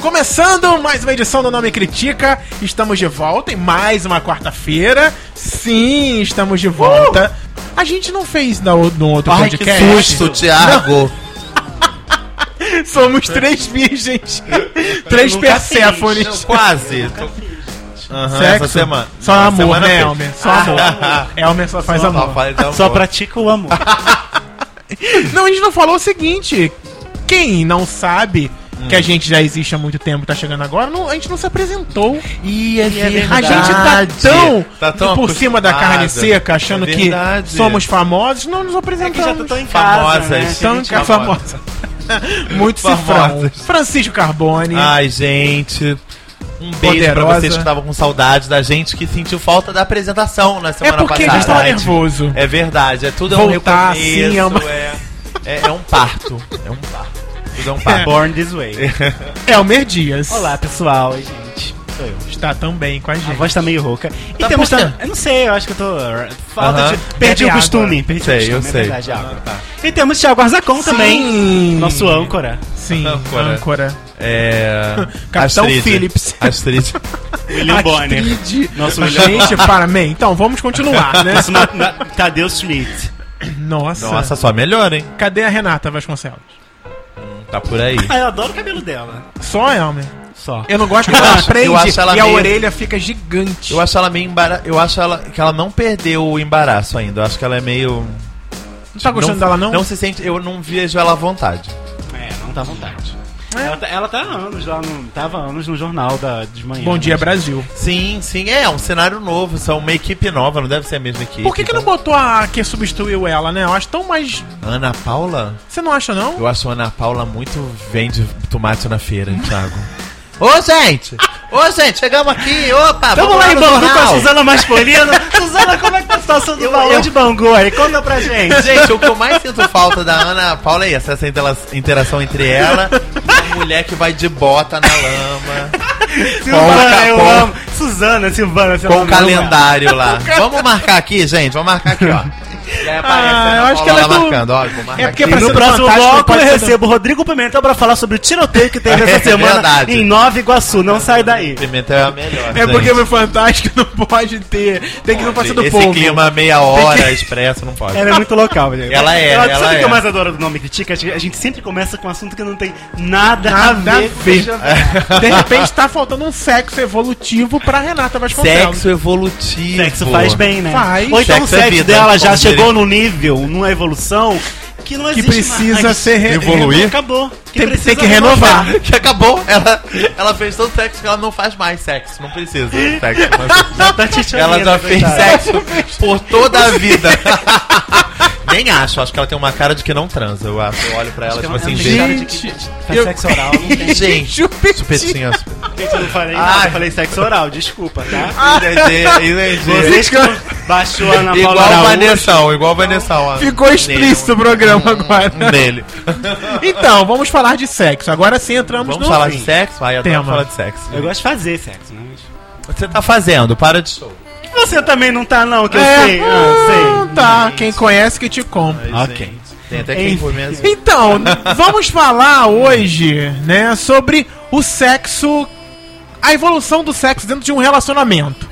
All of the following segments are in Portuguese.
Começando mais uma edição do Nome Critica, estamos de volta em mais uma quarta-feira. Sim, estamos de volta. A gente não fez na, o- no outro Ai, que podcast. susto, Thiago! Somos três virgens, três Perséfones. Quase! Aham, Sexo? essa semana. Só Não, amor, semana né, fez. Elmer? Só amor. Elmer só faz Só amor. faz amor. Só pratica o amor. Não, a gente não falou o seguinte. Quem não sabe que Hum. a gente já existe há muito tempo e tá chegando agora, não- a gente não se apresentou. Ih, é A verdade. gente tá tão, Tá tão por cima da acostumado. carne seca, achando É que verdade. somos famosos, não nos É que já apresentamos. tô tão em casa, Famosas. né? Tão tá gente ca- famosa. Muito cifrão. Famosas. Francisco Carbone. Ai, gente. Ah, Um beijo pra Poderosa. vocês que estavam com saudade da gente, que sentiu falta da apresentação na é semana porque a gente passada. tava nervoso. É verdade, é tudo Voltar é um recomeço, assim é uma- é, é- é um parto. É um parto. Tudo é um parto. Tá Born This Way. É. Elmer Dias. Olá, pessoal. Oi, gente. Sou eu. Está também com a A gente. voz tá meio rouca. E Tá temos por quê? também. Eu não sei, eu acho que eu tô. uh, Falta Aham. de. Perdi Bebe o água. costume. Perdi Sei, o costume, eu é sei. verdade, água. E temos Thiago Arzacon é um também. Nosso âncora. Sim, Âncora. âncora. É... Capitão Phillips. Astrid. William Bonner. Astrid. Nosso William Gente, para mim. Então, vamos continuar, né? Nosso Ma- Ma- Tadeu Schmidt. Nossa. Nossa, só melhor, hein? Cadê a Renata Vasconcelos? Tá por aí. Ah, eu adoro o cabelo dela. Só Elmer. Só. Eu não gosto que ela acho- eu prende acho ela e a meio- orelha fica gigante. Eu acho ela meio embara... Eu acho ela... que ela não perdeu o embaraço ainda. Eu acho que ela é meio. não tá gostando dela, não? Não se sente. Eu não vejo ela à vontade. É, não tá à vontade. Ela, tá, ela tá há anos lá no. Tava há anos no jornal da, de manhã. Bom dia, né? Brasil. Sim, sim, é, é um cenário novo, são uma equipe nova, não deve ser a mesma equipe. Por que, que não então. botou a que substituiu ela, né? Eu acho tão mais. Ana Paula? Você não acha, não? Eu acho a Ana Paula muito vende tomate na feira, Thiago. Ô, gente! Ô, gente, chegamos aqui! Opa! Tamo lá em no Bangu com a jornal. Suzana Maspolino. Suzana, como é que tá a situação do Eu- balão eu- de Bangu aí? Conta pra gente. Gente, o que eu mais sinto falta da Ana Paula é essa, essa intela- interação entre ela e a mulher que vai de bota na lama. Silvana, eu com- amo. Suzana, Silvana, Silvana. Com o calendário é lá. Vamos marcar aqui, gente. Vamos marcar aqui, ó. E aí aparece Ah, a eu Ana acho que Paula ela é do- tá marcando, ó. Vou marcar É porque aqui. E pra no ser próximo fantástico, bloco eu pode ser do- recebo o Rodrigo Pimentel pra falar sobre o tiroteio que teve É essa semana verdade. em Nova Iguaçu. Não sai daí. Pimenta é a melhor. É porque gente. o Fantástico não pode ter. Tem que não passar do Esse povo. clima meia hora expresso não pode. Ela é muito local, gente. Ela é, Sabe ela o que é. eu mais adoro do nome Critica? A gente sempre começa com um assunto que não tem nada, Nada a a ver. ver. De repente tá faltando um sexo evolutivo pra Renata Vasconcelos. Sexo evolutivo. Sexo faz bem, né? Faz. Ou então Sexo o é sexo vida, dela já como chegou diria. num nível, numa evolução, que não Que existe precisa mais. né? ser re- Evoluir? Acabou. Tem- tem que renovar. Que acabou, ela, ela fez todo sexo que ela não faz mais sexo. Não precisa de sexo. mas- Tá titianinha, Ela já fez coitada. sexo por toda a vida. Nem acho, acho que ela tem uma cara de que não transa. Eu, acho, eu olho pra ela, Acho que tipo ela assim, não tem gente. cara Gente, Faz sexo oral, não tem. Ah, Gente, Chupetinha. chupetinha. Gente, eu não falei Ai. nada, eu falei sexo oral, desculpa, tá? Entendi, Vocês que baixou a Ana entendi. Igual Paula o Araújo. Vanessão, igual o Vanessão. ó. Ficou explícito o programa agora. Nele. Nele. Então, vamos falar de sexo. Agora sim entramos Vamos no. falar fim. de sexo? Ai, eu adoro Tema. falar de sexo. Eu gosto de fazer sexo, né? Você tá fazendo, para de show. E você também não tá, não, que eu É, sei. Ah, sei. ah, tá. Quem conhece que te compra. Ok. Tem até quem Enfim. for mesmo. Então, vamos falar hoje, né, sobre o sexo, a evolução do sexo dentro de um relacionamento.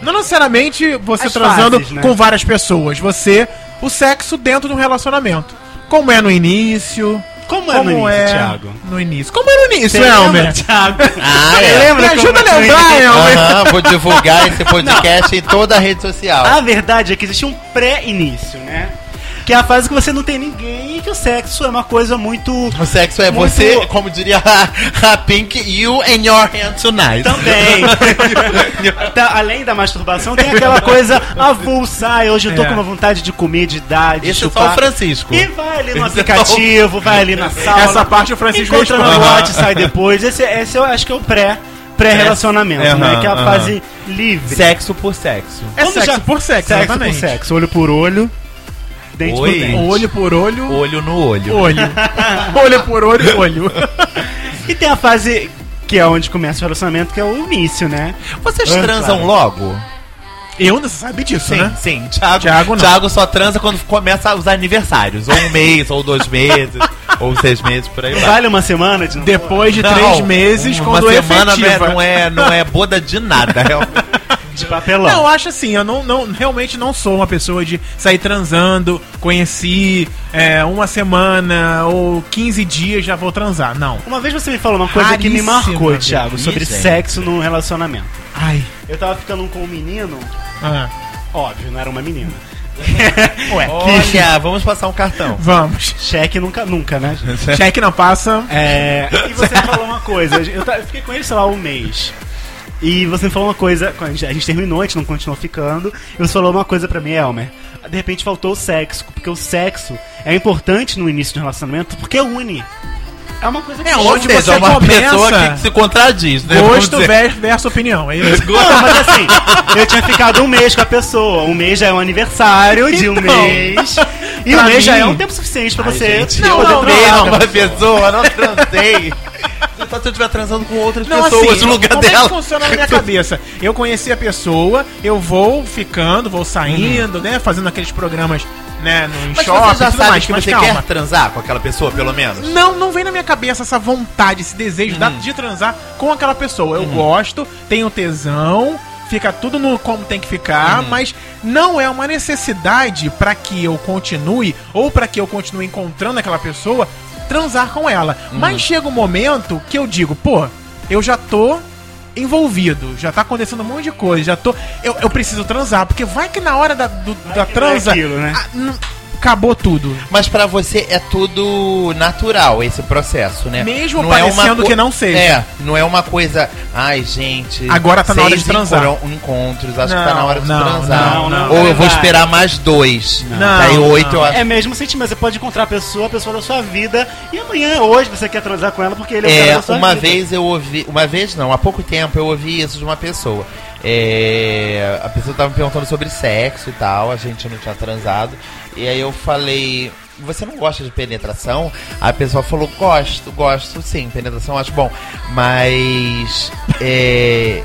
Não necessariamente você As transando fases, né? com várias pessoas, você o sexo dentro de um relacionamento. Como é no início? Como é Como no início, é Thiago? no início? Como é no início, lembra, Elmer? Thiago? Ah, Você é. Me lembra como ajuda a é que foi? lembrar, Elmer. Aham, vou divulgar esse podcast em toda a rede social. A verdade é que existe um pré-início, né? Que é a fase que você não tem ninguém e que o sexo é uma coisa muito. O sexo é Muito- você, como diria a, a Pink, you and your hand tonight. Também. Tá, além da masturbação, tem aquela coisa avulsa. "Ai, Hoje eu tô É. com uma vontade de comer, de dar, de Esse é só o chupar. Francisco. e vai ali no Esse é aplicativo, vai ali na sala. Essa parte o Francisco encontra no responde. boate, sai depois. Esse, esse eu acho que é o pré, pré-relacionamento, É. né? Aham, Que é a aham. fase livre. Sexo por sexo. É Quando sexo já- por sexo, Sexo por exatamente. sexo, olho por olho, dente Oi. por dente. Olho por olho, Olho no olho. olho. olho por olho, olho. E tem a fase que é onde começa o relacionamento, que é o início, né? Vocês Ah, transam claro. logo? Eu não sabe disso, Sim, né? sim. Thiago, Thiago Thiago, não. só transa quando começa os aniversários. Ou um mês, ou dois meses. Ou seis meses por aí. vai. Vale uma semana de namoro? Depois de Não, três meses, uma quando é semana não é, efetiva. não é não é boda de nada. realmente. De papelão. Não, eu acho assim, eu não, não- realmente não sou uma pessoa de sair transando, conheci é, uma semana ou 15 dias já vou transar. Não. Uma vez você me falou uma coisa que me Raríssima, marcou, velho. Thiago, sobre Ih, gente. sexo no relacionamento. Ai. Eu tava ficando com um menino, Ah, óbvio, não era uma menina. Ué, Olha, vamos passar um cartão. vamos. Cheque nunca, nunca, né, gente? Cheque não passa. É, e você me falou uma coisa, eu, ta- eu fiquei com ele, sei lá, um mês. E você me falou uma coisa, quando a gente, a gente terminou, a gente não continuou ficando, e você falou uma coisa pra mim, Elmer. De repente faltou o sexo, porque o sexo é importante no início de um relacionamento, porque une. É uma coisa que É, une. onde Ou seja, você uma começa- pessoa que se contradiz, né? Vamos Gosto dizer. ver- versus opinião. É isso. Não, mas assim, eu tinha ficado um mês com a pessoa. Um mês já é um aniversário de um Então. mês. E Pra um mês já mim- é um tempo suficiente pra Ai, você gente, não, eu não, odeio não. uma pessoa, não transei. Só se eu estiver transando com outras Não, pessoas assim, no lugar como é dela. que funciona na minha cabeça? Eu conheci a pessoa, eu vou ficando, vou saindo, né? Fazendo aqueles programas, né, no Uhum. Mas shopping, você já tudo sabe mais, que mas você calma. quer transar com aquela pessoa, pelo menos? Não, não vem na minha cabeça essa vontade, esse desejo da- de transar com aquela pessoa. Eu gosto, tenho tesão, fica tudo no como tem que ficar, mas não é uma necessidade pra que eu continue ou pra que eu continue encontrando aquela pessoa transar com ela. Mas chega um momento que eu digo, pô, eu já tô envolvido, já tá acontecendo um monte de coisa, já tô, eu, eu preciso transar porque vai que na hora da, do- da que transa não é aquilo, né? ah, n- acabou tudo. Mas pra você é tudo natural esse processo, né? Mesmo parecendo co- que não seja. É, não é uma coisa. Ai, gente. Agora tá na hora de seis transar." encontro- Encontros, acho que tá Não, na hora de não, transar. não, não, Ou eu vou verdade. esperar mais dois. Não, Daí oito não. eu acho. É mesmo sentimento, você pode encontrar a pessoa, a pessoa da sua vida, e amanhã, hoje, você quer transar com ela porque ele é o cara É, da sua uma vida. vez eu ouvi. Uma vez não, há pouco tempo eu ouvi isso de uma pessoa. É, a pessoa tava me perguntando sobre sexo e tal, a gente não tinha transado. E aí eu falei. Você não gosta de penetração? A pessoa falou, gosto, gosto sim, penetração eu acho bom. Mas é,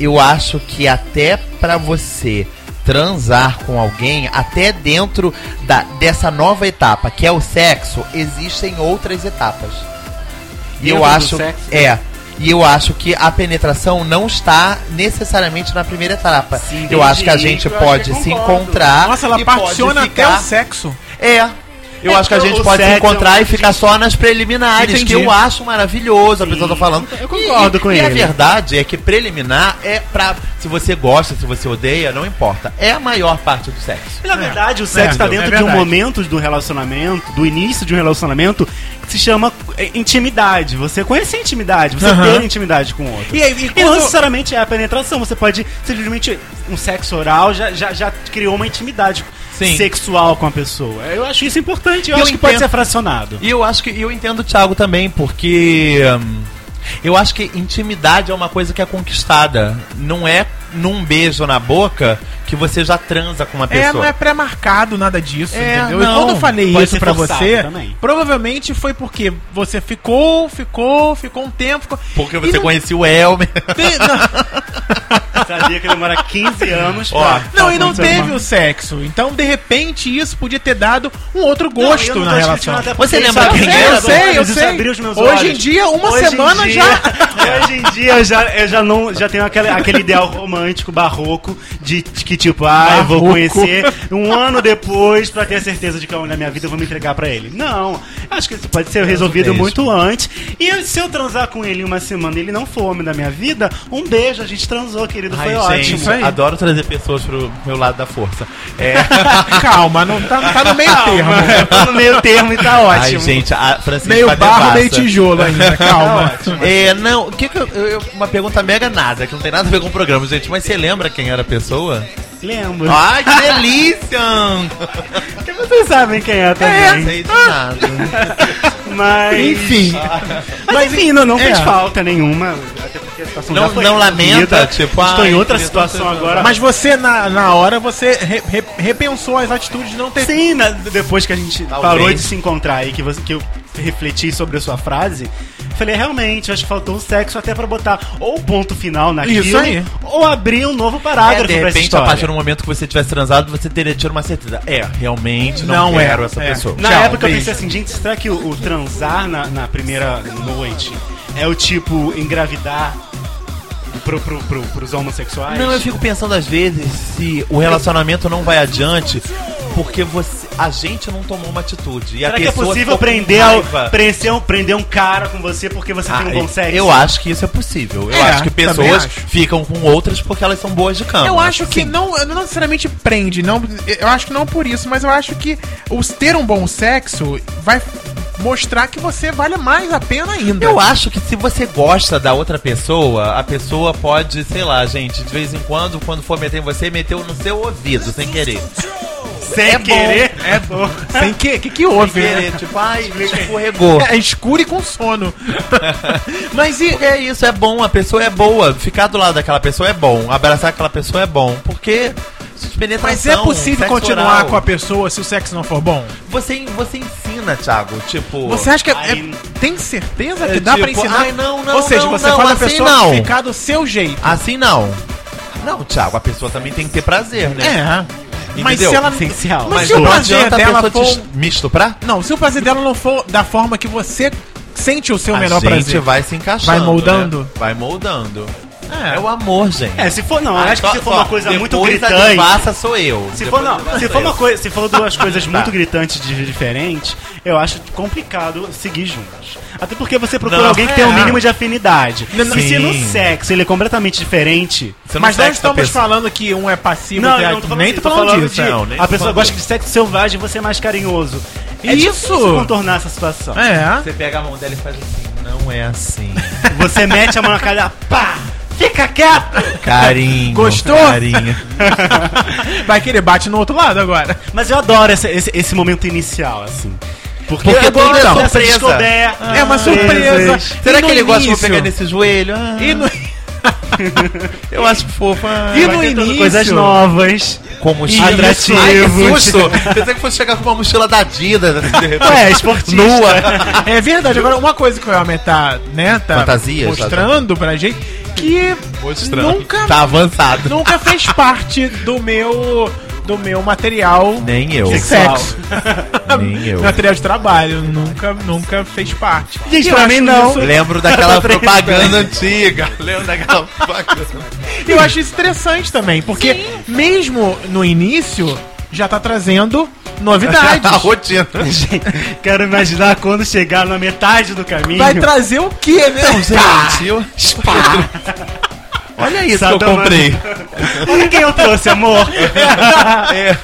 eu acho que até pra você transar com alguém, até dentro da, dessa nova etapa, que é o sexo, existem outras etapas. E Dentro eu do acho sexo? é, e eu acho que a penetração não está necessariamente na primeira etapa. Sim, eu acho entendi. que a gente Eu acho pode que se concordo. encontrar Nossa, ela Ah, e pode particiona até ficar- o sexo. é. Eu É acho que a porque gente o pode se sexo é encontrar uma- e ficar só nas preliminares, Entendi. que eu acho maravilhoso, a pessoa tá falando. eu E- concordo e- com E a ele. verdade é que preliminar é pra. Se você gosta, se você odeia, não importa. É a maior parte do sexo. E, Na verdade, o sexo está é dentro de um verdade. momento do relacionamento, do início de um relacionamento, que se chama é, intimidade. Você conhecer a intimidade, você Aham. ter intimidade com o outro. E aí, e E não quando- necessariamente é a penetração, você pode simplesmente. Um sexo oral já, já, já criou uma intimidade Sim. sexual com a pessoa. Eu acho isso importante, eu, Eu acho que pode entendo. ser fracionado. E eu acho que. e Eu entendo o Thiago também, porque. hum, eu acho que intimidade é uma coisa que é conquistada. Não é num beijo na boca que você já transa com uma pessoa. É, não é pré-marcado nada disso, É, entendeu? e não. quando eu falei Pode isso ser pra forçado você, também. provavelmente foi porque você ficou, ficou, ficou um tempo. Ficou... Porque E você não conhecia o Elmer. te- não, Sabia que demora 15 anos Ó, não, e não acontecer teve é uma- o sexo. Então, de repente, isso podia ter dado um outro Não, eu gosto não tô na discutindo, relação. Você até porque lembra isso quem abriu era? meus é? Eu sei, eu olhos, isso sei. abriu os meus Hoje olhos. em dia, uma Hoje em semana dia- é, já- Hoje em dia eu já, eu já não já tenho aquele, aquele ideal romântico barroco de, de que tipo, ah, eu vou Barroco. conhecer um ano depois pra ter a certeza de que é o homem da minha vida eu vou me entregar pra ele. Não, acho que isso pode É ser resolvido beijo. muito antes. E se eu transar com ele em uma semana e ele não for homem da minha vida, um beijo, a gente transou, querido, foi ótimo. isso aí. Adoro trazer pessoas pro meu lado da força. É. Calma, não tá, tá no meio termo. Calma, tá no meio termo e tá ótimo. Ai, gente, a Francisca Meio barro, devassa. meio tijolo ainda, calma. É, não, o que que eu- eu- eu- uma pergunta mega nada, que não tem nada a ver com o programa, gente, mas você lembra quem era a pessoa? Lembro. Ai, que delícia! Porque vocês sabem quem é Não também. sei de nada. Mas. Enfim. Mas enfim, não, não fez É. falta nenhuma. Até porque a situação Não- já foi não resolvida. lamenta, tipo, Estou ai, em outra queria situação tanto- agora. Mas você, na, na hora, você re- re- repensou as atitudes de não ter sim, na- depois que a gente Talvez. parou de se encontrar e que, você, que eu refleti sobre a sua frase, Falei, realmente, acho que faltou um sexo até pra botar ou o ponto final naquilo, Isso aí. ou abrir um novo É, parágrafo de pra essa repente, a partir história. do momento que você tivesse transado, você teria tido uma certeza. É, realmente não, Não é, quero essa é. pessoa. Na Tchau, época eu beijo. pensei assim, gente, será que o, o transar na, na primeira noite é o tipo engravidar pro, pro, pro, pros homossexuais? Não, eu fico pensando às vezes se o relacionamento não vai adiante porque você, a gente não tomou uma atitude. E a Será que é pessoa possível ficou com prender, raiva. prender, um, prender um cara com você porque você Ah, tem um bom sexo? eu acho que isso é possível. Eu É, acho que também pessoas acho. ficam com outras porque elas são boas de cama. Eu acho que Sim. não, não necessariamente prende, não, eu acho que não por isso, mas eu acho que os ter um bom sexo vai mostrar que você vale mais a pena ainda. Eu acho que se você gosta da outra pessoa, a pessoa pode, sei lá, gente, de vez em quando, quando for meter em você, meteu no seu ouvido, sem querer. Sem é bom, querer. É bom. Sem que, que que houve, né? Querer, tipo, ai, escorregou. É escuro e com sono. mas e Porque é isso, é bom, a pessoa é boa. Ficar do lado daquela pessoa é bom. Abraçar aquela pessoa é bom. Porque. gente, penetração, mas é possível sexo continuar oral, com a pessoa se o sexo não for bom? Você, você ensina, Thiago. Tipo. Você acha que é- aí- é- tem certeza que É dá pra tipo, ensinar? ai, não, não, Ou seja, não, você não, faz a assim pessoa não. ficar do seu jeito. Assim não. Não, Thiago, a pessoa também tem que ter prazer, né? É. Mas se Entendeu? ela Essencial. Mas, Mas se o não prazer adianta a dela pessoa for um te me estuprar? Não, se o prazer dela não for da forma que você sente o seu a menor gente prazer. vai se encaixando. Vai moldando? né? Vai moldando. É. o amor, gente. É, se for, não, eu acho que Ah, só- se for só, uma coisa muito depois da gritante. devassa sou eu. Se Depois for, da não, se devassa for uma eu. coisa, se for duas coisas Tá. muito gritantes de diferentes, eu acho complicado seguir juntos. Até porque você procura Não, alguém que tem um é. mínimo de afinidade. Não, não. E se no Sim. sexo ele é completamente diferente. Você não Mas não sexa a estamos pessoa. falando que um é passivo Não, e eu a- não tô falando nem disso, tô tô falando, falando né? disso. de- Não, nem a pessoa falando gosta de sexo selvagem e você é mais carinhoso. É Isso! difícil contornar essa situação. É. Você pega a mão dela e faz assim. Não é assim. Você mete a mão na cara e pá! Fica quieto! Carinho. Gostou? Carinho. Vai que ele bate no outro lado agora. Mas eu adoro esse, esse, esse momento inicial, assim. Porque, Porque eu adoro tudo é essa surpresa. descoberta. Ah, é uma surpresa. Jesus. E Será no que ele gosta de eu início? pegar nesse joelho? Ah, E no, Eu acho fofo. ah. E Vai no tentando início? Coisas novas. Com mochila. Atrativos. Ai, que susto. Pensei que fosse chegar com uma mochila da Adidas. assim, de repente. Ué, esportista. Nua. É verdade. Agora, uma coisa que o Elmer tá, né, tá Fantasias, mostrando pra gente, que Mostrando. nunca, Tá avançado. nunca fez parte do meu, do meu material Nem eu. de Sexual. sexo. Nem eu. Material de trabalho. Nunca, nunca fez parte. Gente, E eu pra acho mim não. isso- Lembro daquela Tô brincando. propaganda antiga. Lembro daquela propaganda. E eu acho isso interessante também, porque mesmo no início, já tá trazendo A novidades. rotina. Quero imaginar quando chegar na metade do caminho. Vai trazer o quê, né? Tá. gente. Olha isso que eu Sadomani. comprei. Olha quem eu trouxe, amor. É.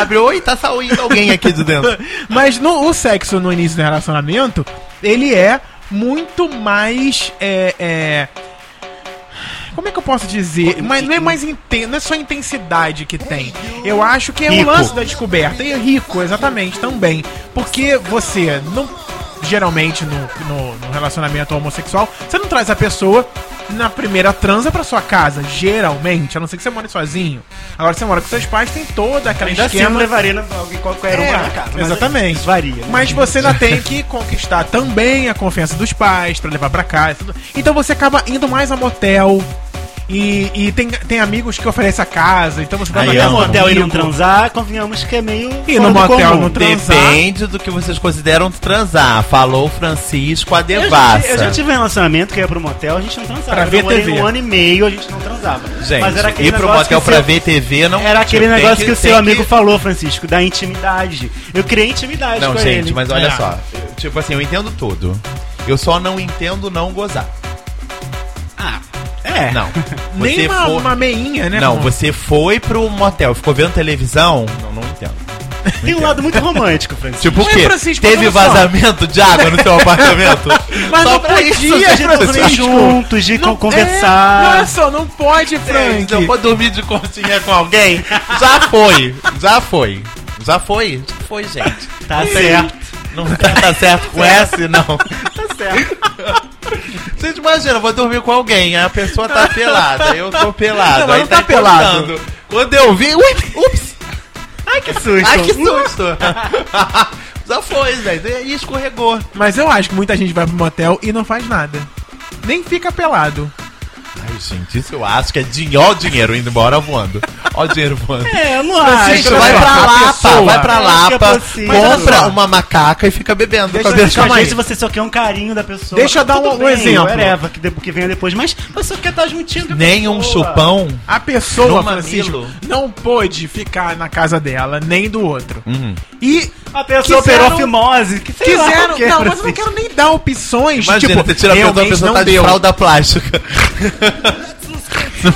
Abriu oi, tá saindo alguém aqui de dentro. Mas no, o sexo no início do relacionamento, ele é muito mais. É, é, como é que eu posso dizer? Mas não é mais intenso, não é só a intensidade que tem. Eu acho que é o Rico. lance da descoberta. E é rico, exatamente, também. Porque você não. Geralmente no, no, no relacionamento homossexual, você não traz a pessoa na primeira transa pra sua casa. Geralmente, a não ser que você more sozinho. Agora você mora com seus pais, tem toda aquela Ainda assim, eu não levaria na- alguém qualquer É, uma na casa. mas exatamente. isso Varia. né? mas você ainda tem que conquistar também a confiança dos pais pra levar pra casa. tudo. Então você acaba indo mais a motel. E, e tem, tem amigos que oferecem a casa. Então você vai Aí pra Até casa ama. do motel e amigo. não transar, convenhamos que é meio. E fora no do motel comum. não transar. Depende do que vocês consideram transar. Falou Francisco a Eu já, ti- devassa. eu já tive um relacionamento que ia pro motel, a gente não transava. Pra eu ver namorei TV. um ano e meio, a gente não transava. Gente, ir pro negócio motel que pra seu- ver TV não. Era aquele Tem negócio que, o seu tem amigo falou, Francisco, da intimidade. Eu criei intimidade Não, com gente, ele. mas olha É. só. Eu, Tipo assim, eu entendo tudo. Eu só não entendo não gozar. Ah, é. Não. Nem Você uma, for- uma meinha, né? Não, com- você foi pro motel, ficou vendo televisão? Não, não entendo. Tem um lado muito romântico, Francisco. Tipo o Mas, é quê? Francisco, Teve mas olha só. vazamento de água no seu apartamento? Mas Só não por isso, podia, gente, Francisco. você- dormir juntos, de con- conversar. É, olha só, não pode, É, Frank. Se eu for dormir de conchinha com alguém, já foi. Já foi. Já foi? Já foi, gente. Tá certo. Não tá, tá certo com S, não. Tá certo. Vocês imaginam, eu vou dormir com alguém, aí a pessoa tá pelada, eu tô pelado. Não, mas aí não tá pelado. encostando. Quando eu vi, ui, ups, Ai, que susto. ai que susto. Só foi, velho. E escorregou. Mas eu acho que muita gente vai pro motel e não faz nada. Nem fica pelado. Ai, gente, isso eu acho que é dinheiro. Ó o dinheiro indo embora voando. Ó o dinheiro voando. É, eu não Mas, Gente, Deixa vai eu pra ver. Lapa, Pessoa. vai pra Acho que é Lapa, possível. Mas olha compra só. uma macaca e fica bebendo. Deixa com a eu- cabeça. Calma Às aí. vezes você só quer um carinho da pessoa. Deixa eu dar Tudo um- um exemplo. whatever, que, de- que venha depois, mas você quer estar juntinho com a Nem um pessoa. chupão. A pessoa, No Francisco, mamilo. não pôde ficar na casa dela, nem do outro. E A pessoa Quiseram- operou fimose. Que sei lá, quiseram. qualquer, não, mas eu não assim. quero nem dar opções. Imagina, tipo, você tira a pessoa, a realmente pessoa não tá de deu. fralda plástica.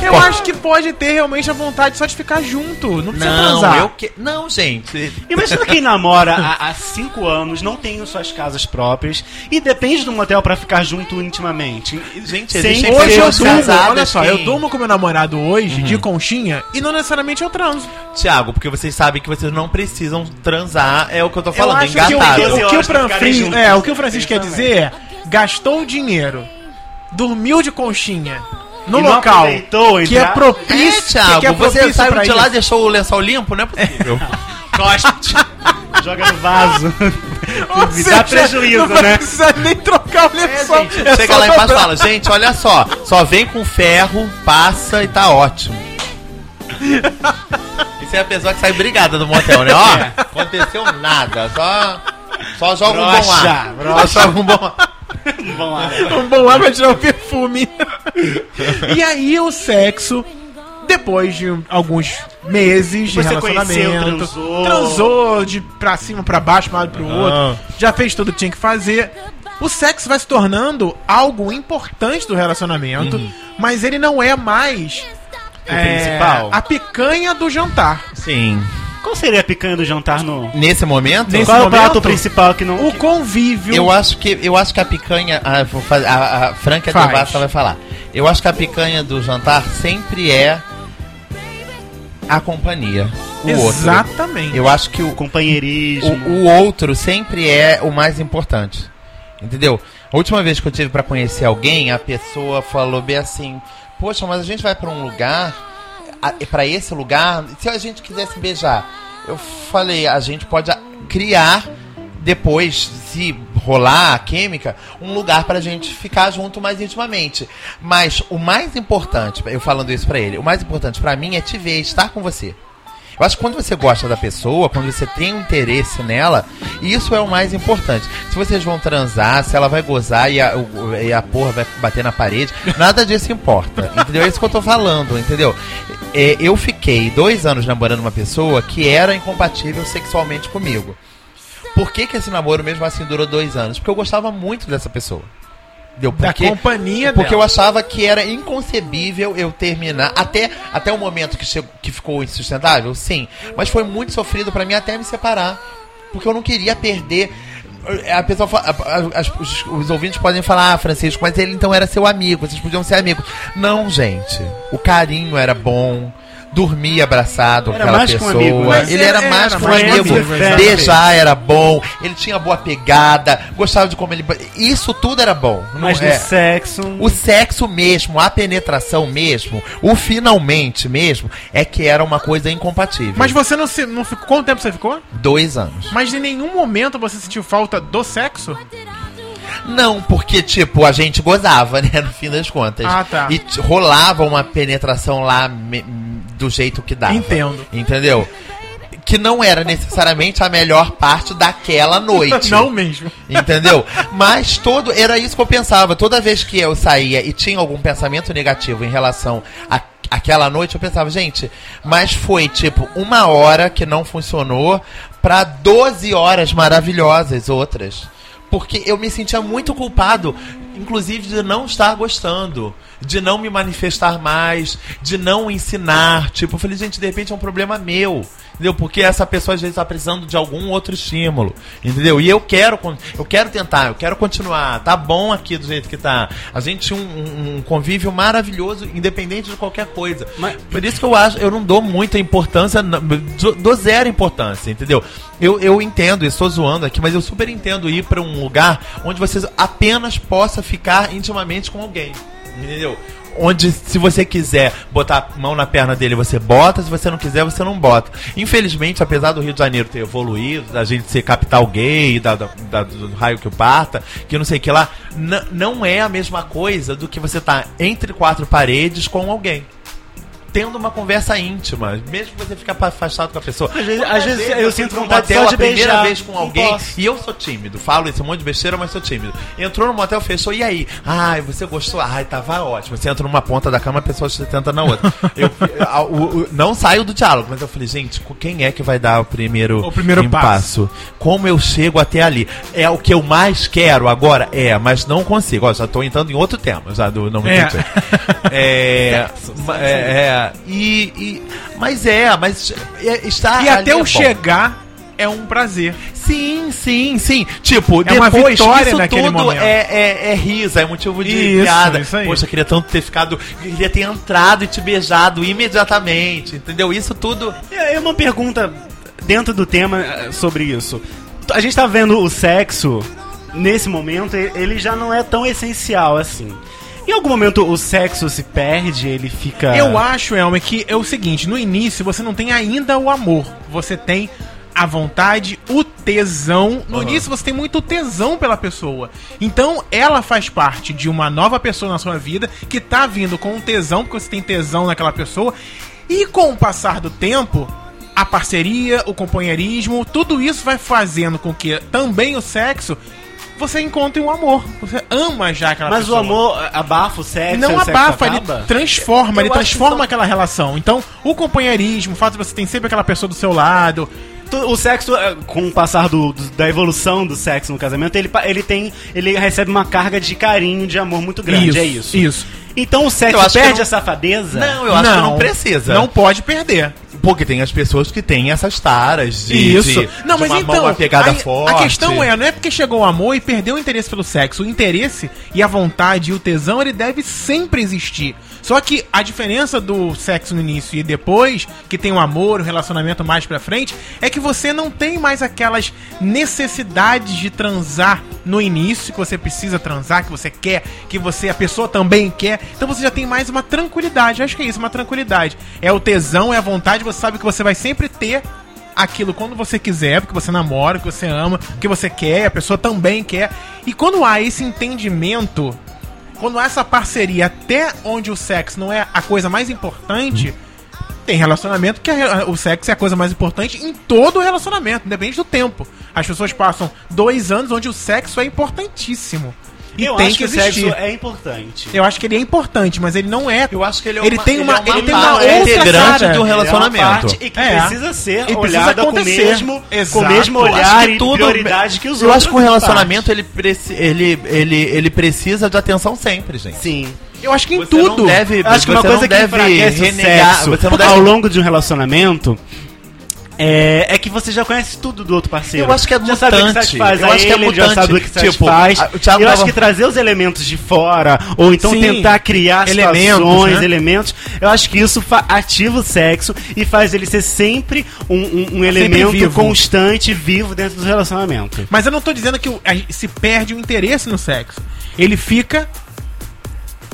Eu acho que pode ter realmente a vontade só de ficar junto. Não precisa transar. que... Não, gente. Imagina quem namora há, há cinco anos, não tem suas casas próprias e depende de um hotel pra ficar junto intimamente. Gente, Sem- existem Hoje eu pessoas durmo, casadas olha só, que- eu durmo com meu namorado hoje, Uhum. de conchinha, e não necessariamente eu transo. Tiago, porque vocês sabem que vocês não precisam transar, é o que eu tô falando, eu acho que o- engataram. o, que o, horas pra Fran- ficarem juntos. é, o que o Francisco quer Eles também. dizer é, gastou o dinheiro, dormiu de conchinha, no E não local, aproveitou, que é entrar- propício, É, Thiago, que é você propício saiu pra de lá e isso. deixou o lençol limpo? Não é possível. Cospe. Joga no vaso. Então Ou dá seja, prejuízo, não né? precisa nem trocar o lençol. Gente, é chega só lá e passa e dobrar. fala, gente, olha só, só vem com ferro, passa e tá ótimo. Isso é a pessoa que sai brigada do motel, né? Ó, É. aconteceu nada, só, só joga um bom Broxa, ar. Só joga um bom ar. Vamos lá. né? Um bom lá pra tirar o perfume. e aí o sexo, depois de alguns meses de Você relacionamento, conheceu, transou. transou de pra cima, pra baixo, pra um lado pro outro, já fez tudo que tinha que fazer. O sexo vai se tornando algo importante do relacionamento, mas ele não é mais é, O principal. a picanha do jantar. Sim. Qual seria a picanha do jantar no. Nesse momento, Nesse Qual é o momento? prato principal que não. O convívio. eu acho que eu acho que a picanha, a, vou fazer- a, a Franca Faz. Devassa vai falar. Eu acho que a picanha do jantar sempre é a companhia. O outro. Exatamente. Eu acho que o, Companheirismo. O, o outro sempre é o mais importante. Entendeu? A última vez que eu tive pra conhecer alguém, a pessoa falou bem assim: Poxa, mas a gente vai pra um lugar, a- pra esse lugar, se a gente quisesse beijar. Eu falei: a gente pode a- criar depois, se rolar a química, um lugar pra gente ficar junto mais intimamente. Mas o mais importante, eu falando isso pra ele, o mais importante pra mim é te ver, estar com você. Eu acho que quando você gosta da pessoa, quando você tem um interesse nela, isso é o mais importante. Se vocês vão transar, se ela vai gozar e a, o- e a porra vai bater na parede, nada disso importa. Entendeu? É isso que eu tô falando, entendeu? É, eu fiquei dois anos namorando uma pessoa que era incompatível sexualmente comigo. Por que, que esse namoro mesmo assim durou dois anos? Porque eu gostava muito dessa pessoa. Entendeu? da Porque- companhia porque dela. eu achava que era inconcebível eu terminar até, até o momento que, chegou, que ficou insustentável, sim. Mas foi muito sofrido pra mim até me separar. Porque eu não queria perder. A pessoa, fa- a- a- as- os, os ouvintes podem falar, ah, Francisco, mas ele então era seu amigo, vocês podiam ser amigos. Não, gente. O carinho era bom. Dormir abraçado com Era aquela mais que um pessoa. amigo, né? Mas Ele era- era, mais era que um mais amigo. amigo, exatamente. Beijar era bom. Ele tinha boa pegada. Gostava de como ele. Isso tudo era bom. Não Mas no é. sexo. O sexo mesmo, a penetração mesmo, o finalmente mesmo, é que era uma coisa incompatível. Mas você não se. Não ficou, quanto tempo você ficou? Dois anos. Mas em nenhum momento você sentiu falta do sexo? Não, porque, tipo, a gente gozava, né? No fim das contas. Ah, tá. E t- rolava uma penetração lá me- do jeito que dava. Entendo. Entendeu? Que não era necessariamente a melhor parte daquela noite. Não mesmo. Entendeu? Mas todo. Era isso que eu pensava. Toda vez que eu saía e tinha algum pensamento negativo em relação à- àquela noite, eu pensava, gente, mas foi tipo uma hora que não funcionou pra 12 horas maravilhosas outras. Porque eu me sentia muito culpado, inclusive, de não estar gostando, de não me manifestar mais, de não ensinar. Tipo, eu falei, gente, de repente é um problema meu. Entendeu? Porque essa pessoa às vezes está precisando de algum outro estímulo. Entendeu? E eu quero, con- eu quero tentar, eu quero continuar. Tá bom aqui do jeito que tá. A gente tinha um, um- um convívio maravilhoso, independente de qualquer coisa. Mas- Por isso que eu acho, eu não dou muita importância, na- do dou zero importância, entendeu? Eu, eu entendo, estou zoando aqui, mas eu super entendo ir pra um lugar onde você apenas possa ficar intimamente com alguém, entendeu? onde se você quiser botar a mão na perna dele, você bota, se você não quiser, você não bota. Infelizmente, apesar do Rio de Janeiro ter evoluído, da gente ser capital gay, da, da- da- do raio que o parta, que não sei o que lá, n- não é a mesma coisa do que você tá entre quatro paredes com alguém. Tendo uma conversa íntima, mesmo que você ficar pa- afastado com a pessoa. Às vezes- Quantas às vezes vezes eu fui sinto pro vontade motel só a de primeira beijar. vez com Não alguém posso. e eu sou tímido, falo esse monte de besteira, mas sou tímido. Entrou no motel, fechou, e aí? Ai, você gostou? Ai, tava ótimo. Você entra numa ponta da cama, a pessoa se tenta na outra. Eu, a- o- o- não saio do diálogo, mas eu falei, gente, com quem é que vai dar o primeiro, O primeiro passo? Como eu chego até ali? É o que eu mais quero agora? É, mas não consigo. Ó, já tô entrando em outro tema, já do não me É. entendi. É, ma- é, é, e, e- mas é, mas é, está E até ali é eu bom. chegar é um prazer. Sim, sim, sim. Tipo, É uma depois vitória isso naquele tudo momento. É, é, é risa, é motivo de Isso, piada. isso aí. Poxa, queria tanto ter ficado. Queria ter entrado e te beijado imediatamente. Entendeu? Isso tudo. É é uma pergunta dentro do tema eh, sobre isso. A gente tá vendo o sexo nesse momento, e- ele já não é tão essencial assim. Em algum momento o sexo se perde, ele fica. Eu acho, Elmer, que é o seguinte: no início você não tem ainda o amor, você tem a vontade, o tesão. No início você tem muito tesão pela pessoa. Então ela faz parte de uma nova pessoa na sua vida que tá vindo com um tesão, porque você tem tesão naquela pessoa. E com o passar do tempo, a parceria, o companheirismo, tudo isso vai fazendo com que também o sexo. Você encontre um amor. Você ama já aquela Mas o pessoa amor abafa o sexo? não o É sexo abafa, ele acaba? transforma, Eu ele acho transforma que são- aquela relação. Então, o companheirismo, o fato de você ter sempre aquela pessoa do seu lado. Tu- O sexo, eh, com o passar do, do- da evolução do sexo no casamento, ele, pa- ele tem. ele recebe uma carga de carinho, de amor muito grande, é isso. Isso. Então o sexo Eu acho que perde não- a safadeza? Não, eu acho que não precisa. Não pode perder. Porque tem as pessoas que têm essas taras de. Isso. de- não, de mas uma mão, então. uma pegada a, forte. a questão é, não é porque chegou o amor e perdeu o interesse pelo sexo. O interesse e a vontade e o tesão, ele deve sempre existir. Só que a diferença do sexo no início e depois, que tem o amor, o relacionamento mais pra frente, é que você não tem mais aquelas necessidades de transar no início, que você precisa transar, que você quer, que você a pessoa também quer. Então você já tem mais uma tranquilidade. Eu acho que é isso, uma tranquilidade. É o tesão, é a vontade, você sabe que você vai sempre ter aquilo quando você quiser, porque você namora, que você ama, que você quer, a pessoa também quer. E quando há esse entendimento, quando há essa parceria até onde o sexo não é a coisa mais importante, tem relacionamento que a- o sexo é a coisa mais importante em todo relacionamento, independente do tempo. As pessoas passam dois anos onde o sexo é importantíssimo. E eu tem acho que que, o existir. sexo é importante. Eu acho que ele é importante, mas ele não é. Eu acho que ele é Ele uma- tem uma- é ele tem uma parte outra integrante cara. de um Ele é relacionamento. É uma parte e que É. precisa ser E precisa olhada com o acontecer. mesmo, com Exato. o mesmo Eu acho Eu acho olhar que e tudo- prioridade que os Eu outros. acho que o relacionamento ele, preci- ele, ele, ele precisa de atenção sempre, gente. Sim. Eu acho que em Você tudo. não deve, Eu acho que uma você coisa não que deve enfraquece renegar, o você sexo não deve ao longo de um relacionamento é, é que você já conhece tudo do outro parceiro. Eu acho que é já sabe o que mutante. satisfaz Eu a acho que é ele, já mutante. sabe o que Tipo, satisfaz. a- o Thiago eu acho tava- que trazer os elementos de fora, ou então Sim. tentar criar Elementos, situações, né? elementos, eu acho que isso fa- ativa o sexo e faz ele ser sempre um, um- um elemento vivo. constante, vivo dentro do relacionamento. Mas eu não tô dizendo que o- a gente se perde o interesse no sexo. Ele fica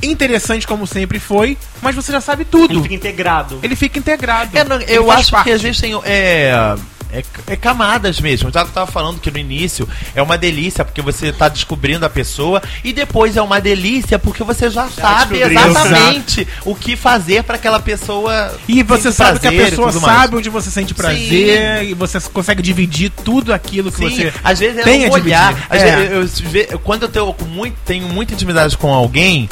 interessante como sempre foi, mas você já sabe tudo. Ele Ele fica, fica integrado. integrado. É, não, Ele eu faz acho parte. que existem é, é, é camadas mesmo. O Thiago tava falando que no início é uma delícia porque você tá descobrindo a pessoa e depois é uma delícia porque você já, sabe descobriu. exatamente o que fazer pra aquela pessoa. E você sentir sabe que prazer a e pessoa tudo mais. sabe onde você sente prazer e você consegue dividir tudo aquilo que Sim, você às vezes tem é a um olhar. dividir. Às É. vezes eu- eu se ve- quando eu tenho, com muito, tenho muita intimidade com alguém,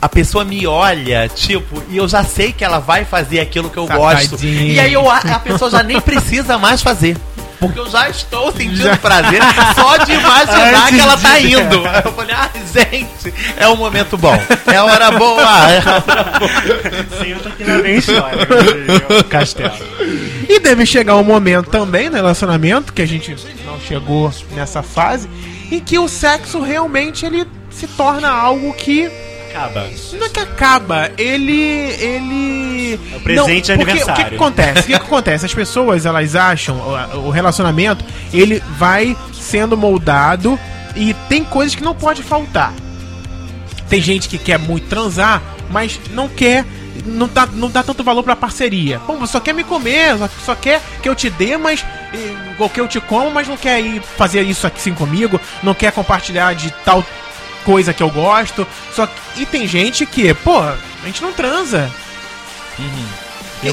a pessoa me olha, tipo, e eu já sei que ela vai fazer aquilo que eu Tá gosto. Safadinho. E aí eu, a a pessoa já nem precisa mais fazer. Porque eu já estou sentindo Já. prazer só de imaginar Antes que ela tá de- indo. Eu falei, ah, gente, é um momento bom. É hora boa. É a hora boa. Senta que lá vem história. meu Deus. Castelo. E deve chegar um momento também no relacionamento, que a gente não chegou nessa fase, em que o sexo realmente ele se torna algo que Acaba. Não é que acaba, ele. ele. É o presente porque aniversário. O que, que acontece? O que, que acontece? As pessoas, elas acham, o, o relacionamento, ele vai sendo moldado e tem coisas que não pode faltar. Tem gente que quer muito transar, mas não quer, não dá, não dá tanto valor pra parceria. Pô, você só quer me comer, só, só quer que eu te dê, mas. eh, Ou que eu te como, mas não quer ir fazer isso aqui sim comigo, não quer compartilhar de tal coisa que eu gosto. Só que, e tem gente que, pô, a gente não transa. Eu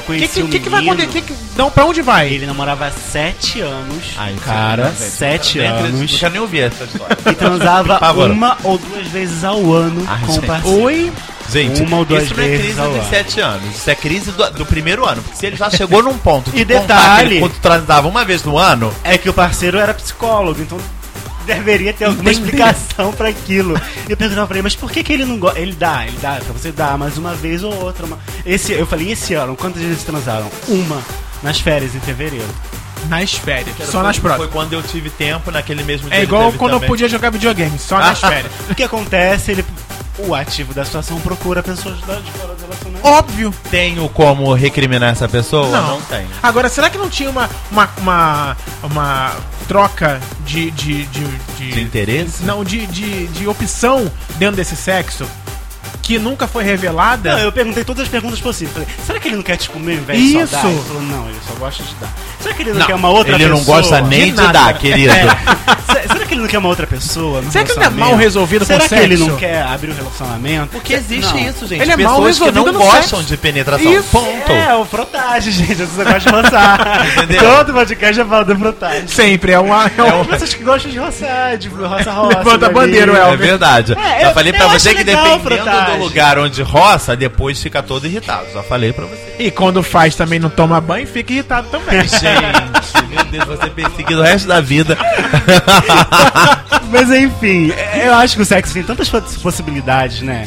O que, conheci que, um que que vai menino, acontecer? Que que- não, pra onde vai? Ele namorava há sete anos. Ai, cara, velho. sete Não quero- anos. Não quero nem ouvir essa história. E transava Pavor. uma ou duas vezes ao ano Ai, com Ah, gente. o parceiro. Oi? Gente, Uma ou duas isso não é vezes crise ao dos ano. sete anos. Isso é crise do, do primeiro ano. Porque se ele já chegou num ponto E contar que detalhe- ele quando transava uma vez no ano, É que o parceiro era psicólogo, então deveria ter alguma Entendi. explicação pra aquilo. E eu perguntava pra ele, mas por que, que ele não gosta? Ele dá, ele dá, pra você dá, mas uma vez ou outra. Uma... Esse, eu falei, esse ano, quantas vezes transaram? Uma. Nas férias, em fevereiro. Nas férias, Cara, só foi- nas próximas. Foi quando eu tive tempo naquele mesmo dia. É ele igual teve quando eu também. podia jogar videogame, só nas férias. O que acontece? Ele. O ativo da situação procura pessoas da- de fora do relacionamento. Óbvio. Tenho como recriminar essa pessoa? Não. tenho. Agora, será que não tinha uma, uma, uma, uma troca de. de, de, de- De interesse? não, de, de, de opção dentro desse sexo que nunca foi revelada? Não, eu perguntei todas as perguntas possíveis. Falei, será que ele não quer te comer, velho? Isso. Só dar? Ele falou, não, ele só gosta de dar. Será que ele não, Não, quer uma outra ele pessoa? É. não gosta nem De de, nada. dar, querido. Se- Será que ele não quer uma outra pessoa? no Será que ele não é relacionamento? mal resolvido com Será que sexo? ele não quer abrir o relacionamento? Porque existe Não. isso, gente. Ele é mal Pessoas que resolvido não no gostam sexo. de penetração. Isso. Ponto. É, o frotagem, gente. Esse negócio de roçar. Entendeu? Todo podcast já fala do frotagem. Sempre, é uma. É um... Pessoas que gostam de roçar, de roça-roça. Levanta a bandeira, ali. Elmer. É verdade. É, já eu- falei eu pra você acho que legal, dependendo frotagem. do lugar onde roça, depois fica todo irritado. Já falei pra você. E quando faz também não toma banho, fica irritado também. Gente, meu Deus, você perseguido o resto da vida. Mas enfim, eu acho que o sexo tem tantas poss- possibilidades, né?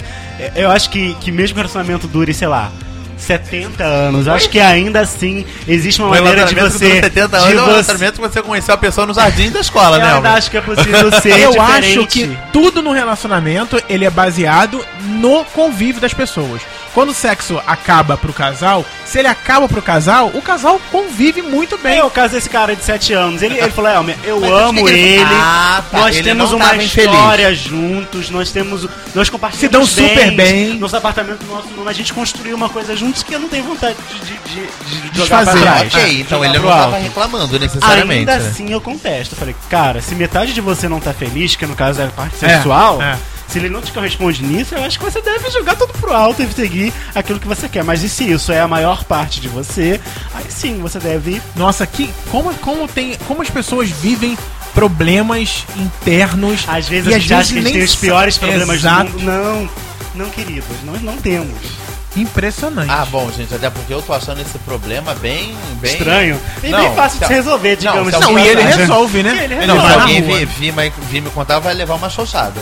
Eu acho que, que mesmo que o relacionamento dure, sei lá, 70 anos, eu acho que ainda assim existe uma Um maneira de relacionamento você. com 70 de anos é um você- relacionamento que você conheceu a pessoa no jardim da escola, Eu né? ainda Elmer? acho que é possível ser Eu diferente. acho que tudo no relacionamento ele é baseado no convívio das pessoas. Quando o sexo acaba pro casal, se ele acaba pro casal, o casal convive muito bem. É o caso desse cara de 7 anos. Ele, ele falou: Elmer, eu Mas amo o que que ele- ele. Ah, tá. Nós Ele temos não uma tava infeliz. história juntos. Nós temos. Nós compartilhamos. Se dão super bem. Nosso apartamento, nosso nome. A gente construiu uma coisa juntos que eu não tenho vontade de, de, de, de jogar Desfazer. pra trás. Ok, então Jogar ele não pro tava alto. reclamando necessariamente. Ainda né? assim eu contesto. Eu falei, cara, se metade de você não tá feliz, que no caso é a parte É, sexual, é. se ele não te corresponde nisso, eu acho que você deve jogar tudo pro alto e seguir aquilo que você quer. Mas e se isso é a maior parte de você, aí sim você deve. Nossa, que como, como tem como as pessoas vivem problemas internos. Às vezes e a gente acha que a gente nem tem os piores problemas Exato. do mundo. né? Não, não, queridos, nós não temos. Impressionante. Ah, bom, gente, até porque eu tô achando esse problema bem. bem... Estranho. E Não, bem fácil de tá. se resolver, digamos tá assim. não, e ele Mas- resolve, né? Ele Não, resolve. se vai na alguém rua. vir, vir, mas- vir me contar, vai levar uma chochada.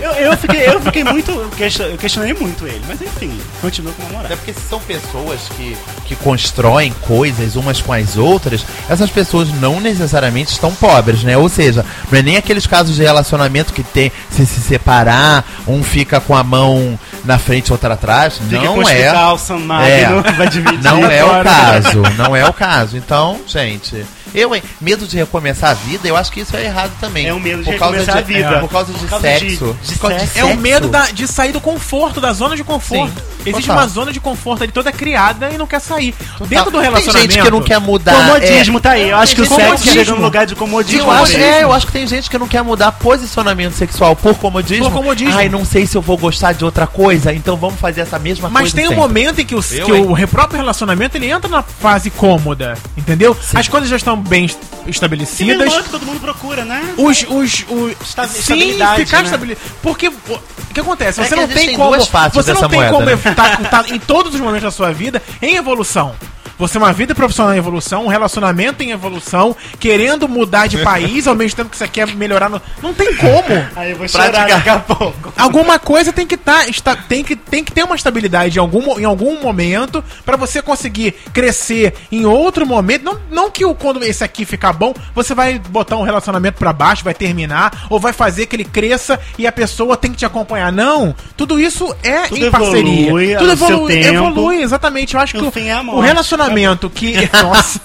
Eu, eu fiquei, eu fiquei muito. eu question- Eu questionei muito ele, mas enfim, continua com uma moral. Até porque se são pessoas que, que constroem coisas umas com as outras, essas pessoas não necessariamente estão pobres, né? Ou seja, não é nem aqueles casos de relacionamento que tem se, se separar, um fica com a mão na frente, outra atrás. Fica não com o é. hospital, San Magno, vai dividir. Não é o agora. caso, não é o caso. Então, gente, eu, hein, medo de recomeçar a vida, eu acho que isso é errado também. É o medo de Por causa recomeçar a vida. Por causa de Por causa de- sexo. de Por causa sexo. um É o medo da- de sair do conforto, da zona de conforto. Sim, Existe total. uma zona de conforto ali toda criada e não quer sair. Dentro do Tem relacionamento. gente que não quer mudar. Comodismo é. tá aí. Eu acho que o Comodismo. sexo chega num lugar de comodismo. Eu acho, mesmo. é, eu acho que tem gente que não quer mudar posicionamento sexual por comodismo. Por comodismo. Ai, não sei se eu vou gostar de outra coisa, então vamos fazer essa mesma Mas coisa. tem um sempre. momento em que, o, Eu, que o re- próprio relacionamento ele entra na fase cômoda, entendeu? Sim. As coisas já estão bem est- Que melhor estabelecidas. é que todo mundo procura, né? Os, os, os Esta- sim, estabilidade, ficar né? estabelecido. Porque o o que acontece? É Você que não tem existem como. duas faces Você não dessa tem moeda, como né? estar tá, em todos os momentos da sua vida em evolução. Você é uma vida profissional em evolução, um relacionamento em evolução, querendo mudar de país ao mesmo tempo que você quer melhorar. no- Não tem como. Aí eu vou chorar Praticar. né? daqui a pouco. Alguma coisa tem que tá, está, tem que tem que ter uma estabilidade em algum, mo- em algum momento pra você conseguir crescer em outro momento. Não, não que o, quando esse aqui ficar bom, você vai botar um relacionamento pra baixo, vai terminar ou vai fazer que ele cresça e a pessoa tem que te acompanhar. Não, tudo isso é Tudo em parceria. evolui ao seu tempo. evolui exatamente. Eu acho No que o, fim é a o morte, É. relacionamento que. Nossa!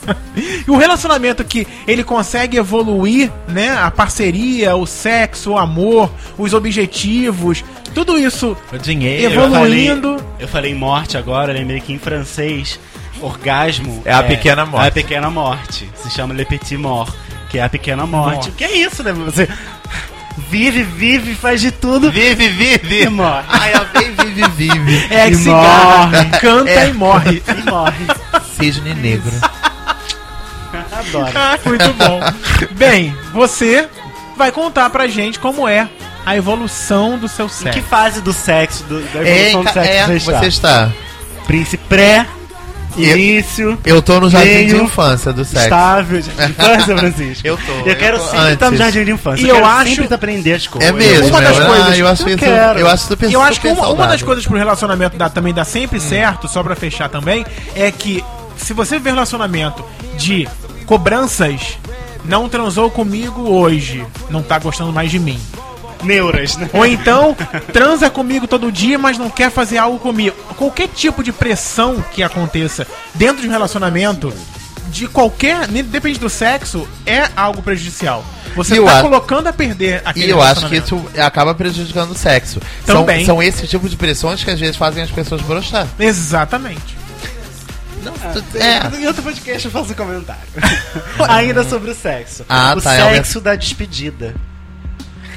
o relacionamento que ele consegue evoluir, né? A parceria, o sexo, o amor, os objetivos, tudo isso O dinheiro. evoluindo. Eu falei, eu falei morte agora, lembrei que em francês, orgasmo É a pequena morte. É a pequena morte. Se chama Le Petit Mort, que é a pequena morte. Morte. Que é isso, né? Você vive, vive, faz de tudo. Vive, vive. E morre. Ai, eu bem vive, vive. É, E que se agarra, morre. canta É. e morre. E morre. Cisne negro. Adoro. Ah, Muito bom. Bem, você vai contar pra gente como é a evolução do seu Em que sexo. fase do sexo, do, da É, evolução do sexo é, você está? você está. Príncipe pré, Eu- início, Eu tô no jardim de Meio. infância do sexo. estável, jardim de infância, Francisco. Eu tô, Eu, eu quero tô sempre estar no antes. jardim de infância. E eu quero acho- sempre aprender as coisas. É mesmo. Uma das eu, coisas- Ah, eu acho eu isso. quero. Eu acho super E eu acho que super uma, uma das saudável. coisas pro relacionamento dá- também dá sempre certo, só pra fechar também, é que se você vê relacionamento de cobranças, não transou comigo hoje, não tá gostando mais de mim. Neuras, né? Ou então, transa comigo todo dia, mas não quer fazer algo comigo. Qualquer tipo de pressão que aconteça dentro de um relacionamento, de qualquer. Independente do sexo, é algo prejudicial. Você Eu tá acho- colocando a perder aquele E eu acho que relacionamento. isso acaba prejudicando o sexo. Também. São, são esse tipo de pressões que às vezes fazem as pessoas brochar. Exatamente. Não, tu- é. Em outro podcast eu faço um comentário. Ainda sobre o sexo. Ah, o tá, é o sexo da despedida.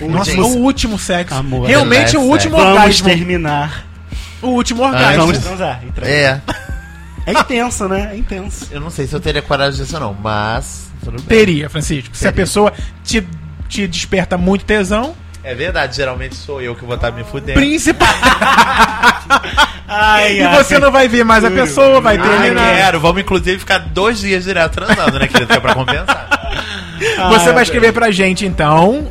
O Nossa, último- o último sexo. Amor, Realmente é o sexo. último Vamos orgasmo. terminar. O último Ah, orgasmo. Vamos transar. então. É, É. intenso, né? É intenso. Eu não sei se eu teria coragem disso, não, mas. Tudo bem. Teria, Francisco. Se a pessoa te, te desperta muito tesão, É verdade, geralmente sou eu que vou estar me fudendo. principal. É. Ai, E você não vai ver mais a Juro. pessoa, vai Ah, Ah, terminar. quero. Vamos inclusive ficar dois dias direto transando, né, querido? Que é pra compensar. tá. Você vai escrever pra gente, então.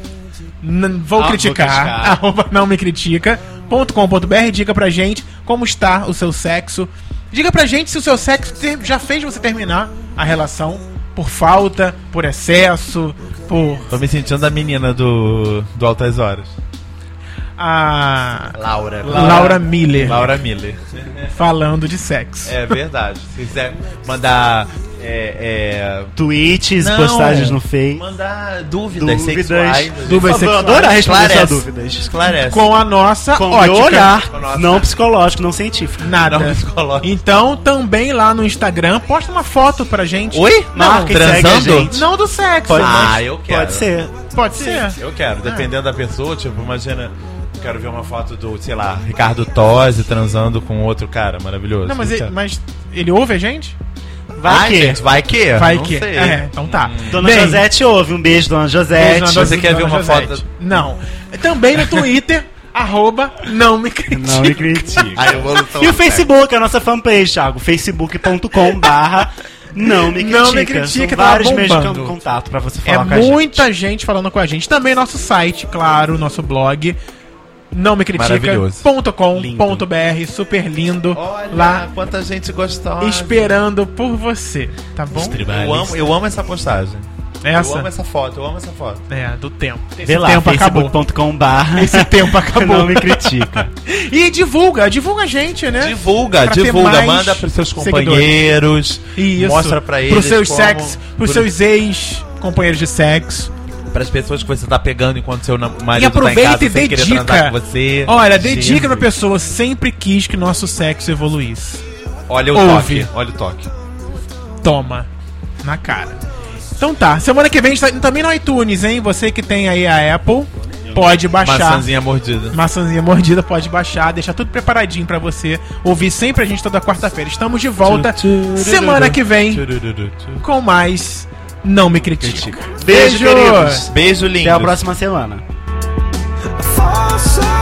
N- vou Ah, criticar. vou criticar. Arroba não me critica. ponto com ponto br, diga pra gente como está o seu sexo. Diga pra gente se o seu sexo ter- já fez você terminar a relação por falta, por excesso, por Tô me sentindo a menina do, do Altas Horas. a Laura. Laura, Miller Laura Miller. falando de sexo. É verdade. Se quiser mandar. É, é, Tweets, Não. é. postagens no Face. Mandar dúvidas, Dúvidas. sexuais. Dúvidas. Por favor, eu adoro responder Esclarece. essas dúvidas. Esclarece. Com a nossa Com ótica. o olhar, Nossa. não psicológico, não científico. Nada. Não psicológico. Então, também lá no Instagram, posta uma foto pra gente. Oi? Não, transando? Não do sexo. Pode- Ah, eu quero. Pode ser. Pode ser. Eu quero, dependendo da pessoa, tipo, imagina. eu Quero ver uma foto do, sei lá, Ricardo Tose transando com outro cara maravilhoso. Não, mas Eu ele, tá. quero. mas ele ouve a gente? Vai Ai, que. gente, vai que? Vai Não que. sei. Hum. É, então tá. Dona Bem, Josete ouve. Um beijo, Dona beijo, Josete. dona Você quer dona ver uma Josete. foto? Não. Também no Twitter, arroba não me critica. Não me critica. A evolução E o do sexo. Facebook, a nossa fanpage, Thiago. facebook.com barra não me critica. Não me critica, São tá vários meios de bombando. con- contato pra você É falar com a gente. muita gente. falando com a gente. Também nosso site, claro, nosso blog. Não me Maravilhoso. critica.com.br, super lindo. Olha, lá quanta gente gostosa. esperando por você, tá bom? É Eu amo, eu amo essa postagem. Eu amo Essa essa foto, eu amo essa foto. é do tempo. Vê lá, tempo acabou. facebook.com barra Esse tempo acabou. não me critica. E divulga, divulga a gente, né? Divulga, Pra ter divulga, mais manda pros seus seguidores. companheiros, Isso. mostra pra eles. Pros seus como- sexos, pros pro- seus ex companheiros de sexo. Pras pessoas que você tá pegando enquanto seu nam- marido e aproveita tá e em casa dê sem querer transar dica. com você. Tipo Olha, dê dica pra Jesus. pessoa. Sempre quis que nosso sexo evoluísse. Olha o Ouve. toque, olha o toque. Toma. Na cara. Então tá. Semana que vem a gente tá também no iTunes, hein? Você que tem aí a Apple, pode baixar. Maçãzinha mordida. Maçãzinha mordida, pode baixar, deixar tudo preparadinho pra você ouvir sempre a gente toda quarta-feira. Estamos de volta semana que vem com mais Não Me Critica. Beijo, queridos. Beijo lindo. Até a próxima semana. Força